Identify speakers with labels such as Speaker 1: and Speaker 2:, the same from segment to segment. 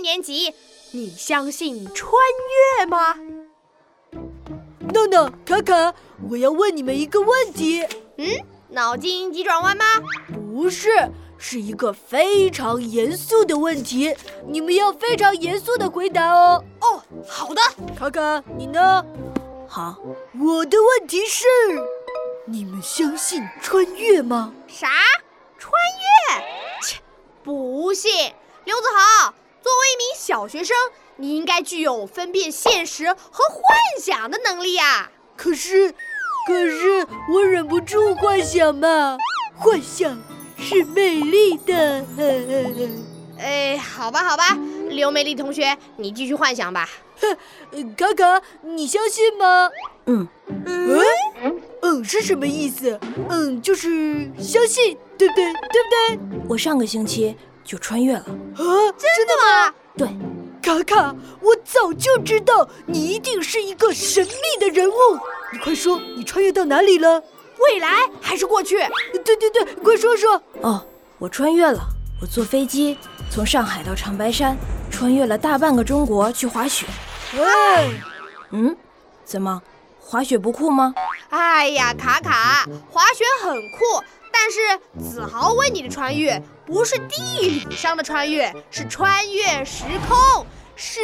Speaker 1: 年级，你相信穿越吗？
Speaker 2: 诺诺、卡卡，我要问你们一个问题。
Speaker 1: 嗯，脑筋急转弯吗？
Speaker 2: 不是，是一个非常严肃的问题，你们要非常严肃的回答哦。
Speaker 1: 哦，好的。
Speaker 2: 卡卡，你呢？好，我的问题是：你们相信穿越吗？
Speaker 1: 啥？穿越？切，不信。刘子豪，作为一名小学生，你应该具有分辨现实和幻想的能力啊。
Speaker 2: 可是，可是我忍不住幻想嘛，幻想是美丽的。呵呵呵
Speaker 1: 哎，好吧，好吧，刘美丽同学，你继续幻想吧。
Speaker 2: 呃卡卡，你相信吗？
Speaker 3: 嗯
Speaker 2: 嗯嗯是什么意思？嗯，就是相信，对不对？对不
Speaker 3: 我上个星期就穿越了。
Speaker 2: 对？啊，真的
Speaker 1: 啊，
Speaker 3: 对，
Speaker 2: 卡卡，我早就知道你一定是一个神秘的人物。你快说，你穿越到哪里了？呃
Speaker 1: 未来还是过去？
Speaker 2: 对对对，快说说。
Speaker 3: 哦，我穿越了，我坐飞机从上海到长白山，穿越了大半个中国去滑雪。
Speaker 2: 哎，
Speaker 3: 嗯，怎么，滑雪不酷吗？
Speaker 1: 哎呀，卡卡，滑雪很酷，但是子豪问你的穿越不是地理上的穿越，是穿越时空，时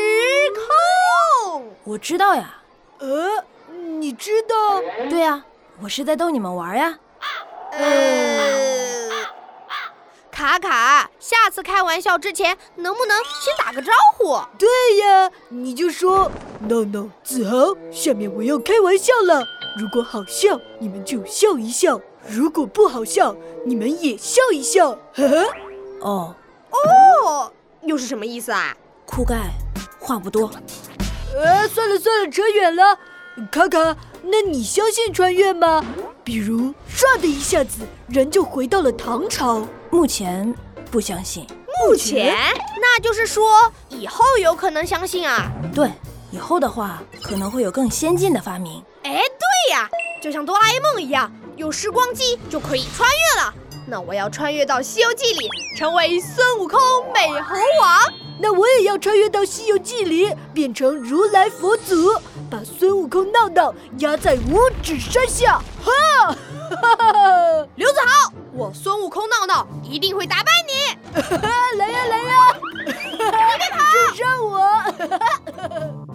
Speaker 1: 空。
Speaker 3: 我知道呀，
Speaker 2: 呃，你知道？
Speaker 3: 对呀，我是在逗你们玩呀。
Speaker 1: 呃，卡卡，下次开玩笑之前能不能先打个招呼？
Speaker 2: 对呀，你就说 no no，子豪，下面我要开玩笑了。如果好笑，你们就笑一笑；如果不好笑，你们也笑一笑。呵呵，
Speaker 3: 哦，
Speaker 1: 哦，又是什么意思啊？
Speaker 3: 酷盖，话不多。
Speaker 2: 呃，算了算了，扯远了。卡卡，那你相信穿越吗？比如唰的一下子，人就回到了唐朝。
Speaker 3: 目前不相信。
Speaker 1: 目前，那就是说以后有可能相信啊。
Speaker 3: 对，以后的话可能会有更先进的发明。
Speaker 1: 哎，对呀，就像哆啦 A 梦一样，有时光机就可以穿越了。那我要穿越到《西游记》里，成为孙悟空、美猴王。
Speaker 2: 那我也要穿越到《西游记》里，变成如来佛祖，把孙悟空闹闹压在五指山下。哈， 哈哈哈！
Speaker 1: 刘子豪，我孙悟空闹闹一定会打败你。
Speaker 2: 来呀来呀！你别跑，就让我。